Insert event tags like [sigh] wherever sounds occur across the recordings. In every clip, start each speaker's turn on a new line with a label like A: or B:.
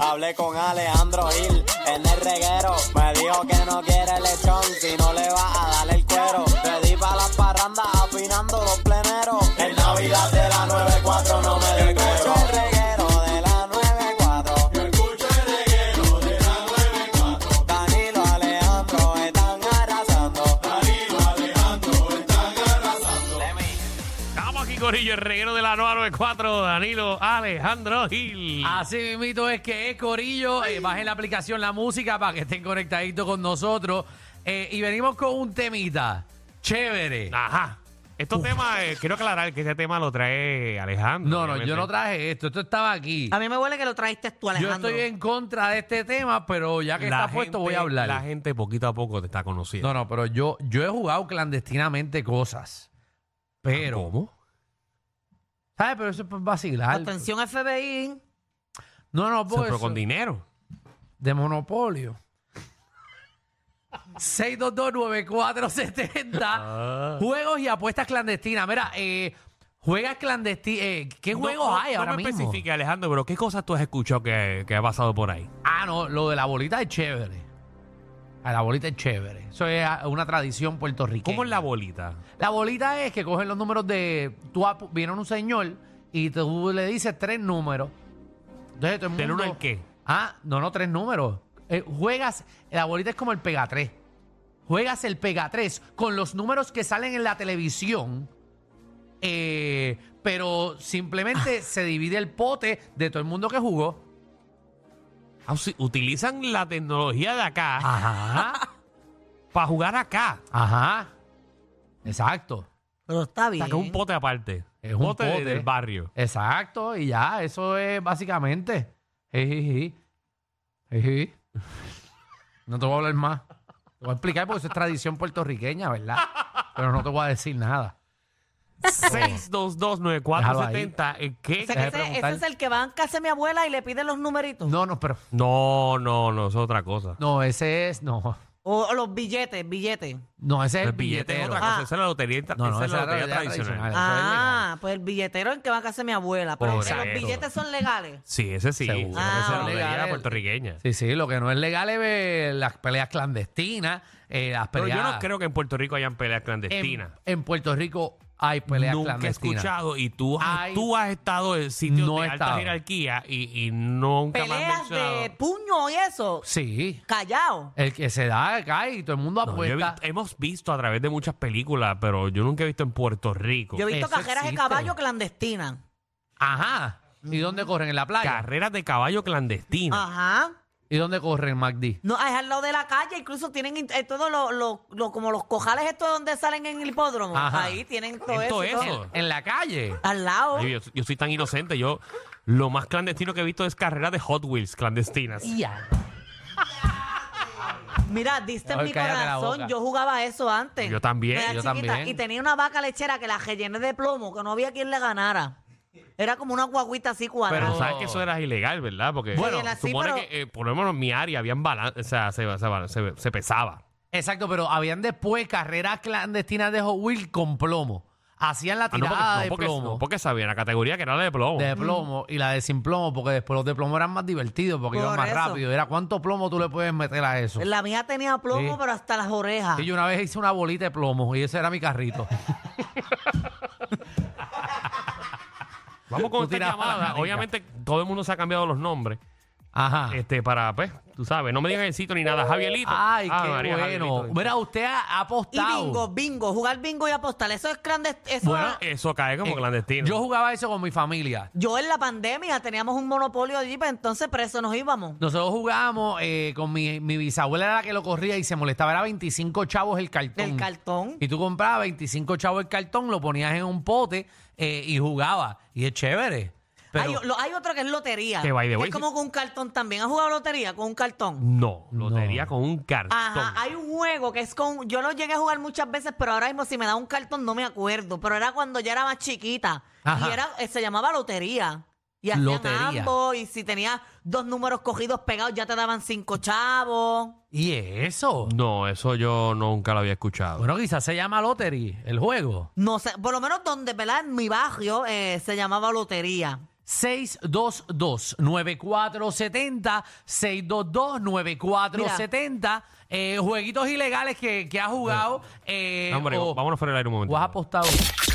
A: hablé con Alejandro Gil en el reguero. Me dijo que no quiere lechón si no le va a dar el cuero. Le di pa' las parrandas afinando los pleneros. En Navidad de la 94 no me descuero. El reguero de la 94. Yo escucho el reguero de la 94. Danilo Alejandro están arrasando. Danilo Alejandro están arrasando.
B: Estamos aquí, Corillo, el reguero de la 994, Danilo Alejandro Gil.
C: Así mismito es que es Corillo. Eh, bajen la aplicación La Música para que estén conectaditos con nosotros. Eh, y venimos con un temita. Chévere.
B: Ajá. Estos temas, eh, quiero aclarar que este tema lo trae Alejandro.
C: No, no, yo
B: obviamente.
C: no traje esto. Esto estaba aquí.
D: A mí me huele que lo traiste tú,
C: Yo
D: Alejandro.
C: estoy en contra de este tema, pero ya que
B: La
C: está puesto voy a
B: gente-
C: hablar.
B: La gente poquito a poco te está conociendo.
C: No, no, pero yo, yo he jugado clandestinamente cosas. Pero. ¿Cómo? ¿Sabes? Pero eso es por vacilar.
D: Atención FBI.
C: No, no,
B: Se
C: porque
B: pero con
C: eso-
B: dinero.
C: de monopolio. [laughs] 6229470
B: Ah.
C: Juegos y apuestas clandestinas. Mira, eh, juegas clandestinas. ¿Qué juegos
B: No,
C: hay
B: no
C: ahora
B: me
C: mismo?
B: especifique, Alejandro, pero ¿qué cosas tú has escuchado que, que ha pasado por ahí?
C: Ah, no, lo de la bolita es chévere. Ah, La bolita es chévere. Eso es ah, una tradición puertorriqueña.
B: ¿Cómo es la bolita?
C: La bolita es que cogen los números de. Tú apu- viene un señor y tú le dices tres números. Entonces todo el
B: ¿Del
C: mundo.
B: uno al qué?
C: Ah, no, no, tres números. Eh, juegas. La bolita es como el pega 3. Juegas el pega 3 con los números que salen en la televisión. eh, pero
B: [laughs]
C: simplemente se divide el pote de todo el mundo que jugó.
B: Ah, sí, Utilizan la tecnología de acá
C: Ajá.
B: para jugar acá.
C: Ah, Ajá. Exacto.
D: Pero está
B: O sea,
D: bien.
B: que es un pote aparte.
C: Es un
B: de-
C: pote.
B: del barrio.
C: Exacto, y ya, eso es básicamente. Ejiji. Ejiji. No te voy a hablar más. Te voy a explicar porque eso es tradición puertorriqueña, ¿verdad? Pero no te voy a decir nada.
B: 6229470. ¿en
D: O
B: ¿Qué? Eh,
D: sea,
C: Deja
D: que
C: de
D: ese, ese
C: preguntar.
D: es el que va a casa de mi abuela y le pide los numeritos.
C: No, no, pero.
B: No, no, no, eso es otra cosa.
C: No, ese es. No.
D: O, o los billetes, billetes.
C: No, ese es
B: El
C: el
B: billete es
C: billetero.
B: otra
D: Ah.
B: cosa. Esa es la lotería, inter-
C: No, no,
B: esa es la
C: esa es la
B: lotería
C: lotería
B: tradicional.
C: tradicional.
D: Ah, pues el billetero en que va a casa de mi abuela. Pero
B: Por
D: que los
B: eso.
D: billetes son legales.
B: Sí, ese sí. Esa
C: Seguro.
B: es
D: Ah,
B: la lotería
C: legal.
B: puertorriqueña.
C: Sí, sí, lo que no es legal es eh, las peleas clandestinas, eh, las
B: Pero
C: peleas.
B: yo no creo que en Puerto Rico hayan peleas
C: en,
B: clandestinas.
C: en Puerto Rico hay Mm, peleas
B: Nunca he
C: clandestinas.
B: escuchado y tú, has-
C: Ay.
B: tú has estado en sitios
C: No
B: de
C: he
B: alta
C: estado.
B: jerarquía y, y nunca me has
D: Peleas
B: mencionado.
D: de puño y eso.
C: Sí.
D: Callado.
C: El que se da cae y todo el mundo
B: No, yo he
C: apuesta.
B: vi- hemos visto a través de muchas películas, pero yo nunca he visto en Puerto Rico
D: Yo he visto
C: Eso
D: cajeras de
C: existe.
D: caballo clandestinas.
C: Ajá. ¿Y
B: Mm.
C: dónde corren? ¿En la playa?
B: carreras de caballo clandestinas.
D: Ajá.
C: ¿Y dónde corren, Magdi?
D: No, es al lado de la calle, incluso tienen in- eh, todos los, los- los- como los cojales estos donde salen en el hipódromo.
C: Ajá.
D: Ahí tienen todo
B: En
D: eso.
B: todo
D: y todo.
B: eso.
C: ¿En la calle?
D: Al lado.
B: Ay, Yo, yo soy tan inocente. Yo lo más clandestino que he visto es carreras de Hot Wheels clandestinas.
C: Ya.
D: [laughs] Mira, diste en
C: Ay,
D: mi
C: cállate la
D: corazón.
C: boca.
D: Yo jugaba eso antes.
B: Yo también,
D: Era
C: yo
D: chiquita,
C: también.
D: Y tenía una vaca lechera que la rellené de plomo, que no había quien le ganara. Era como una guaguita así cuadrada.
B: Pero sabes que eso era ilegal, ¿verdad? Porque
D: Bueno,
B: se
D: era así,
B: supone
D: pero-
B: que eh, por lo menos en mi área habían balance, o sea, se, se- se- se pesaba.
C: Exacto, pero habían después carreras clandestinas de Hot Wheels con plomo. Hacían la
B: Ah, no, porque,
C: tirada
B: no,
C: de
B: porque-
C: plomo.
B: no, porque Mm. sabía la categoría que era la de plomo.
C: de plomo y la de sin plomo, porque después los de plomo eran más divertidos porque
D: Por
C: iban más
D: eso.
C: rápido. Era cuánto plomo tú le puedes meter a eso.
D: La mía tenía plomo,
C: Sí.
D: pero hasta las orejas.
C: Y yo una vez hice una bolita de plomo y ese era
B: [laughs]
C: mi carrito.
B: Vamos con
C: Tú
B: esta
C: tirabas la
B: llamada.
C: canica.
B: Obviamente todo el mundo se ha cambiado los nombres.
C: Ajá.
B: Este, para, pues, tú sabes, no me digan el sitio ni nada. Javielito.
C: Ay,
B: Ah,
C: qué
B: María,
C: bueno.
B: Javielito.
C: Mira, usted ha
D: Y
C: apostado. Eh,
D: bingo, bingo, jugar bingo y apostar. Eso es clandestino.
B: Bueno, Ah, eso cae como
C: Eh,
B: clandestino.
C: Yo jugaba eso con mi familia.
D: Yo en la pandemia teníamos un monopolio allí, pero entonces presos nos íbamos.
C: Nosotros jugábamos eh, con mi, mi bisabuela, era la que lo corría y se molestaba. Era 25 chavos el cartón.
D: Del cartón.
C: Y tú comprabas 25 chavos el cartón, lo ponías en un pote eh, y jugabas. Y es chévere. Pero
D: hay, lo- hay otro que es lotería.
B: Que, by the way,
D: es como con un cartón también. ¿Has jugado lotería con un cartón?
B: No, lotería con un cartón.
D: Ajá, hay un juego que es con. Yo lo llegué a jugar muchas veces, pero ahora mismo si me da un cartón no me acuerdo. Pero era cuando ya era más chiquita.
C: Ajá.
D: Y era, eh, se llamaba lotería. Y hacían
C: Lotería.
D: ambos. Y si tenías dos números cogidos pegados, ya te daban cinco chavos.
C: ¿Y eso?
B: No, eso yo nunca lo había escuchado.
C: Bueno, quizás se llama Lottery, el juego.
D: No sé, por lo menos donde, ¿verdad? En mi barrio eh, se llamaba lotería.
C: 622-9470, 622-9470. Eh, jueguitos ilegales que, que has jugado. Eh,
B: No, hombre,
C: o-
B: vámonos fuera del aire un momento.
C: o has apostado.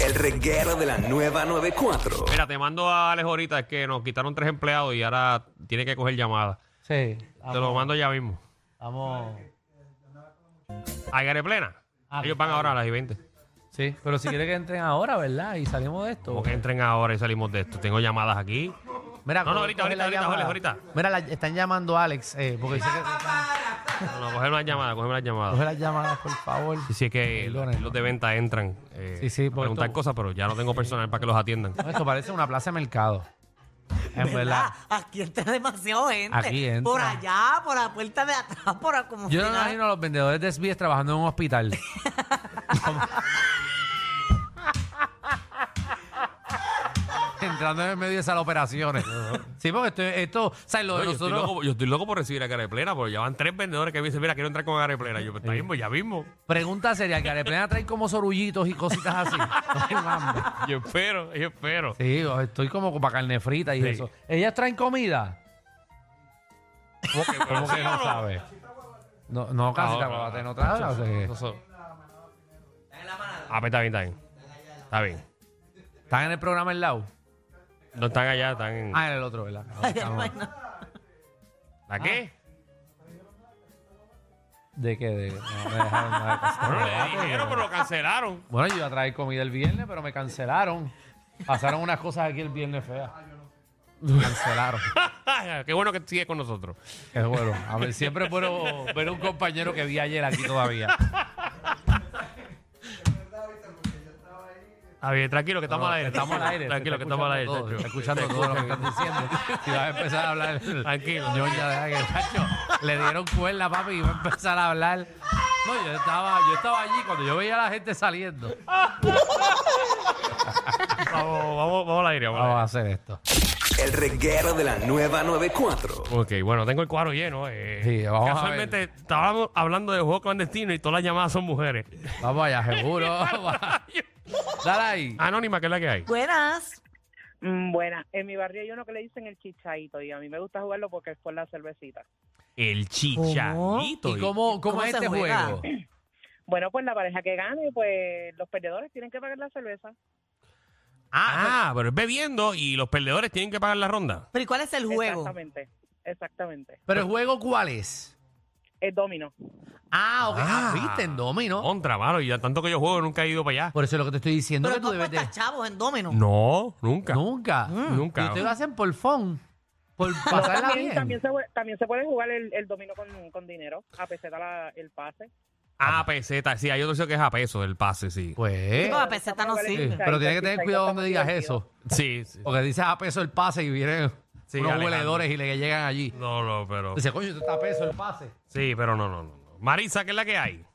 E: El reguero de la nueva 94.
B: Mira, te mando a Alex ahorita, es que nos quitaron tres empleados y ahora tiene que coger llamada.
C: Sí.
B: Te lo mando ya mismo.
C: Vamos.
B: A Gareplena.
C: Ah,
B: Ellos van ahora a las y 20.
C: Sí, pero si quieres que entren ahora, ¿verdad? Y salimos de esto.
B: Como que entren ahora y salimos de esto. Tengo llamadas aquí.
C: Mira,
B: No, no,
C: coge-
B: ahorita,
C: coge
B: ahorita,
C: la
B: ahorita,
C: llamada.
B: Jorge, ahorita.
C: Mira, la- están llamando a Alex. eh, porque sé que.
B: No, no, coger una llamada, coger una
C: Coge
B: llamada.
C: las llamadas, por favor.
B: Sí, sí, es que
C: Perdónenme.
B: los de venta entran eh,
C: Sí, sí,
B: a
C: porque
B: preguntar
C: esto-
B: cosas, pero ya no tengo personal para que los
C: [laughs]
B: atiendan.
C: No, Esto parece una plaza de mercado. En verdad.
D: Aquí entra demasiado gente.
C: Aquí entra.
D: Por allá, por la puerta de atrás, por la- como
C: Yo no
D: si
C: me
D: nada. [laughs]
C: imagino a los vendedores de SBS trabajando en un hospital. Como- Entrando en el medio de esas operaciones. Sí, porque esto, esto o sea, lo de
B: No, yo, estoy
C: nosotros-
B: loco, yo estoy loco por recibir a Gareplena, porque ya van tres vendedores que me dicen, mira, quiero entrar con Gareplena. Yo, pues, está bien, pues, ya mismo.
C: Pregunta sería, ¿que Areplena trae como sorullitos y cositas así?
B: [laughs]
C: Ay, mamá.
B: Yo espero, yo espero.
C: Sí, yo estoy como para carne frita y
B: Sí.
C: eso. ¿Ellas traen comida? ¿Cómo que, cómo que
B: ¿Sí o
C: no
B: no? Ah,
C: sabe? No, no, casi
B: No,
C: la
B: no,
C: guabate no
B: no,
C: trae. o sea que-
B: Eso son- Ah, pues, está bien, está bien. Está bien.
C: ¿Están en el programa el lado?
B: No están allá, están en...
C: Ah, en el otro, ¿verdad? Ah, estamos-
B: ¿La qué?
C: ¿De qué? De- no, me dejaron nada de
B: Ah. Bueno, le
C: pasar.
B: dijeron, pero lo cancelaron. [laughs]
C: Bueno, yo iba a traer comida el viernes, pero me cancelaron. Pasaron unas cosas aquí el viernes feas. Me Cancelaron.
B: Qué bueno que sigue con nosotros.
C: Es bueno. A ver, siempre es bueno ver un compañero que vi ayer aquí todavía.
B: Está bien, tranquilo, que estamos al aire.
C: Estamos al aire.
B: Tranquilo, que
C: se
B: estamos al aire.
C: todo, se
B: chacho.
C: está escuchando todo lo que están diciendo.
B: [laughs]
C: Si vas a empezar a hablar.
B: Tranquilo.
C: Yo ya deja que Nacho, le dieron cuerda, papi, y va a empezar a hablar. No, yo estaba, yo estaba allí cuando yo veía a la gente saliendo.
B: Vamos, vamos, vamos al aire. Vamos al
C: Vamos
B: aire.
C: a hacer esto.
E: El reguero de la nueva 94.
B: Ok, bueno, tengo el cuadro lleno. eh.
C: Sí, vamos a
B: Casualmente estábamos hablando de juego clandestino y todas las llamadas son mujeres.
C: Vamos allá, seguro.
B: [laughs]
C: Dale ahí.
B: Anónima, que es la que hay.
D: Buenas.
F: Mm, Buena, en mi barrio hay uno que le dicen el chichaito y a mí me gusta jugarlo porque es por la cervecita.
B: El
C: ¿Y
B: chicharito.
C: cómo, cómo,
D: ¿Cómo
C: es
D: se
C: este
D: juega?
C: juego?
F: Bueno, pues la pareja que gane, pues los perdedores tienen que pagar la cerveza.
B: Ah, pero es bebiendo y los perdedores tienen que pagar la ronda.
D: ¿Pero y cuál es el juego?
F: Exactamente, exactamente.
C: ¿Pero el juego cuál es?
F: El domino.
C: Ah, ok.
B: Ah.
C: Ah, viste, en dominó.
B: Contra, mano, y ya tanto que yo juego nunca he ido para allá.
C: Por eso es lo que te estoy diciendo
D: Pero
C: que tú
D: no
C: debes de...
D: apuestas chavos en Domino.
B: Pues, No, nunca.
C: Nunca.
B: Nunca.
C: Y ustedes lo hacen por phone. Por
F: No,
G: [laughs]
C: pasarla
F: también,
C: bien.
F: también, se, puede- también se puede jugar el, el domino con, con dinero, a peseta la- el pase.
B: Ah, peseta. Sí, hay otro sitio que es a peso el pase, sí.
C: Pues.
D: Tipo, la peseta no
C: sí,
D: sirve.
C: pero tienes que tener
F: Chichaito está
C: cuidado cuando
F: muy
C: digas
F: divertido.
C: eso.
B: Sí, sí.
C: Porque dices a peso el pase y vienen
B: Sí,
C: unos
B: Alejandro.
C: hueledores y le llegan allí.
B: No, no, pero.
C: Dice, coño, esto está a peso el pase.
B: Sí, pero no, no, no. no. Marisa, ¿qué es la que hay?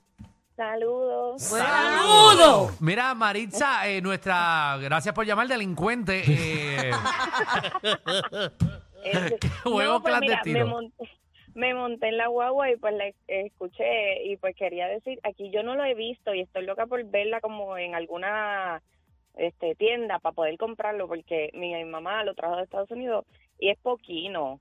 F: Saludos.
D: ¡Saludo!
C: Mira, Maritza, eh, nuestra. Gracias por llamar delincuente. eh,
G: Este,
C: Juego clandestino.
G: me, monté, me monté en la guagua y pues la es- escuché y pues quería decir, aquí yo no lo he visto y estoy loca por verla como en alguna este tienda para poder comprarlo porque mi mamá lo trajo de Estados Unidos y es poquino.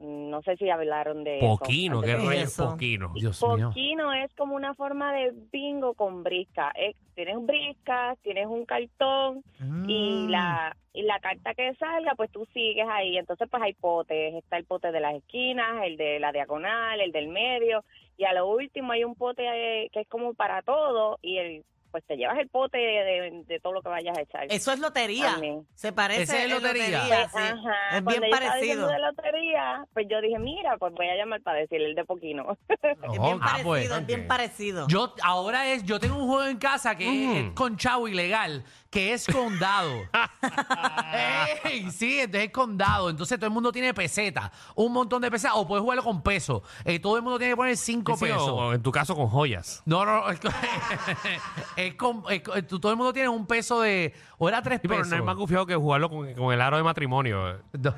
G: No sé si hablaron de eso.
B: Poquino,
G: Antes
B: qué
G: de-
B: rollo es
D: eso.
B: poquino.
C: Dios mío.
G: Poquino es como una forma de bingo con brisca. Eh, tienes briscas, tienes un cartón y
C: Ah.
G: la y la carta que salga pues tú sigues ahí entonces pues hay potes está el pote de las esquinas el de la diagonal el del medio y a lo último hay un pote eh, que es como para todo y el pues te llevas el pote de, de todo lo que vayas a echar
D: Eso es lotería.
G: También.
D: Se parece
C: Ese es
D: en
C: lotería.
G: Pues,
D: sí.
G: ajá,
D: Es bien
G: cuando yo estaba diciendo
D: parecido.
G: de lotería pues yo dije mira pues voy a llamar para decirle el de poquino
D: Es bien
C: No, ah, pues.
D: parecido, es bien
B: ok.
D: parecido.
C: Yo ahora es, yo tengo un juego en casa que es,
B: Mm.
C: es con chavo ilegal, que es
B: [laughs]
C: condado. Ey, sí, entonces es condado. Entonces todo el mundo tiene peseta, un montón de pesetas, o puedes jugarlo con peso. Eh, todo el mundo tiene que poner cinco
B: Sí,
C: pesos.
B: o- o en tu caso con joyas.
C: No, no, [laughs] no, es, con- es con- es con- tú- todo el mundo tiene un peso de, o era tres [laughs]
B: Sí, pero
C: pesos.
B: no es más confiado que jugarlo con, con el aro de matrimonio. eh.
C: No.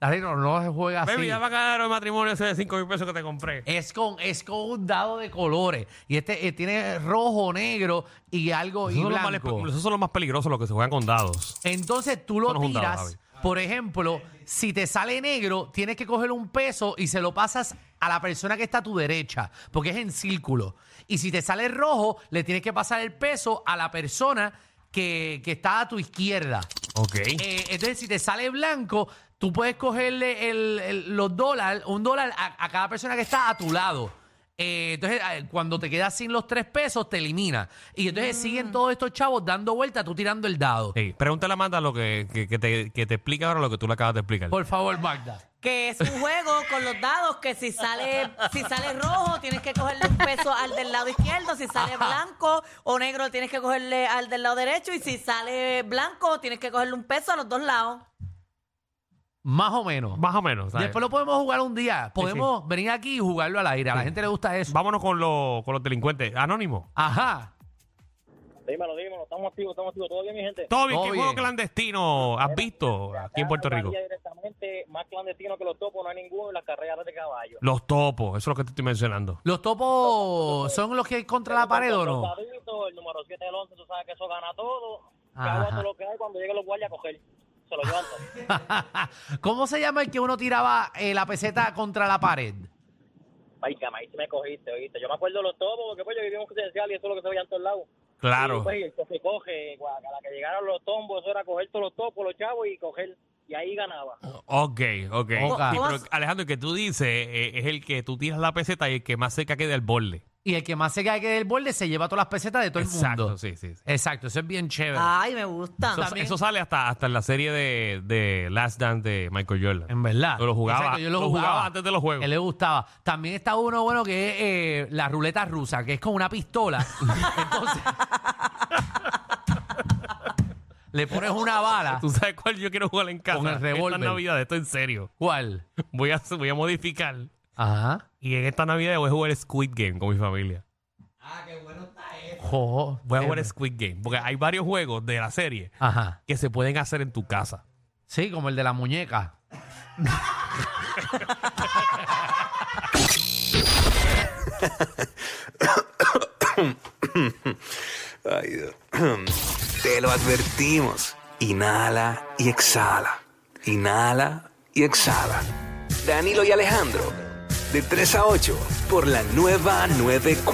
C: Dari, no, no se juega así.
B: Baby, ya va a ganar el matrimonio ese de 5 mil pesos que te compré.
C: Es con, es con un dado de colores. Y este eh, tiene rojo, negro y algo y
B: Esos son, los más,
C: blanco.
B: esos son los más peligrosos, los que se juegan con dados.
C: Entonces tú lo
B: Eso no es un dado,
C: tiras. Por ejemplo, si te sale negro, tienes que coger un peso y se lo pasas a la persona que está a tu derecha, porque es en círculo. Y si te sale rojo, le tienes que pasar el peso a la persona que, que está a tu izquierda.
B: Ok.
C: Eh, entonces, si te sale blanco, tú puedes cogerle el- el- los dólares, un dólar a, a cada persona que está a tu lado. Eh, entonces, eh, cuando te quedas sin los tres pesos, te elimina. Y entonces siguen todos estos chavos dando vueltas, tú tirando el dado.
B: Ey, pregúntale a Amanda lo que, que- que te, que te explica ahora lo que tú le acabas de explicar.
C: Por favor, Magda.
D: Que es un juego con los dados que si sale, si sale rojo tienes que cogerle un peso al del lado izquierdo, si sale blanco o negro tienes que cogerle al del lado derecho y si sale blanco tienes que cogerle un peso a los dos lados.
C: Más o menos.
B: Más o menos. ¿sabes?
C: Después lo podemos jugar un día. Podemos venir aquí y jugarlo al aire. A la gente le gusta eso.
B: Vámonos con, los- con los delincuentes. Anónimo.
C: Ajá.
H: Dímelo, dímelo, estamos activos, estamos activos. ¿Todo bien, mi gente?
B: Todo bien,
C: Todo
B: ¿qué
C: bien.
B: juego clandestino has visto aquí en Puerto
H: Acá
B: Rico?
H: María Directamente, más clandestino que los topos, no hay ninguno en las carreras de caballo.
B: Los topos, eso es lo que te estoy mencionando.
C: ¿Los topos son los que hay contra la pared o no? [laughs]
H: Soldadito, El número 7 del 11, tú sabes que eso gana todo.
C: Ajá.
H: Cago a todo lo que hay cuando lleguen los guardias a coger. Se lo llevan
C: [laughs]
H: todo.
C: ¿Cómo se llama el que uno tiraba eh, la peseta contra la pared?
H: Ay, cama, ahí sí me cogiste, oíste. Yo me acuerdo de los topos porque pues yo vivía en un residencial y eso es lo que se veía en todos lados. Y,
B: Claro.
H: pues, y el que se coge, guaca, la que llegaron los tombos, eso era coger todos los topos, los chavos y coger. Y ahí ganaba.
B: Ok, ok.
C: Ok.
B: Sí, pero Alejandro, el que tú dices eh, es el que tú tiras la peseta y el que más cerca queda el borde.
C: Y el que más se cae que del borde se lleva todas las pesetas de todo el
B: Exacto,
C: mundo.
B: sí, sí. sí.
C: Exacto, eso es bien chévere.
D: Ay, me gusta.
B: Eso,
C: También-
B: eso sale hasta, hasta en la serie de, de Last Dance de Michael Jordan.
C: En verdad.
B: Yo lo jugaba-
C: Exacto, yo lo,
B: lo
C: jugaba,
B: jugaba antes de los juegos.
C: Él le gustaba. También está uno bueno que es eh, la ruleta rusa, que es con
B: [laughs]
C: una pistola. Entonces. le pones una bala.
B: ¿Tú sabes cuál yo quiero jugar en casa?
C: Con el revólver.
B: Esta Navidad, esto en serio.
C: ¿Cuál?
B: Voy a, voy a modificar.
C: Ajá.
B: Y en esta Navidad voy a jugar Squid Game con mi familia.
C: Jo-
B: Voy a
C: eh,
B: jugar Squid Game. Porque hay varios juegos de la serie
C: Ajá.
B: que se pueden hacer en tu casa.
C: Sí, como el de la muñeca.
E: Ay, Dios. [clears throat] Te lo advertimos. Inhala y exhala. Inhala y exhala. Danilo y Alejandro, de 3 a 8, por la nueva 94.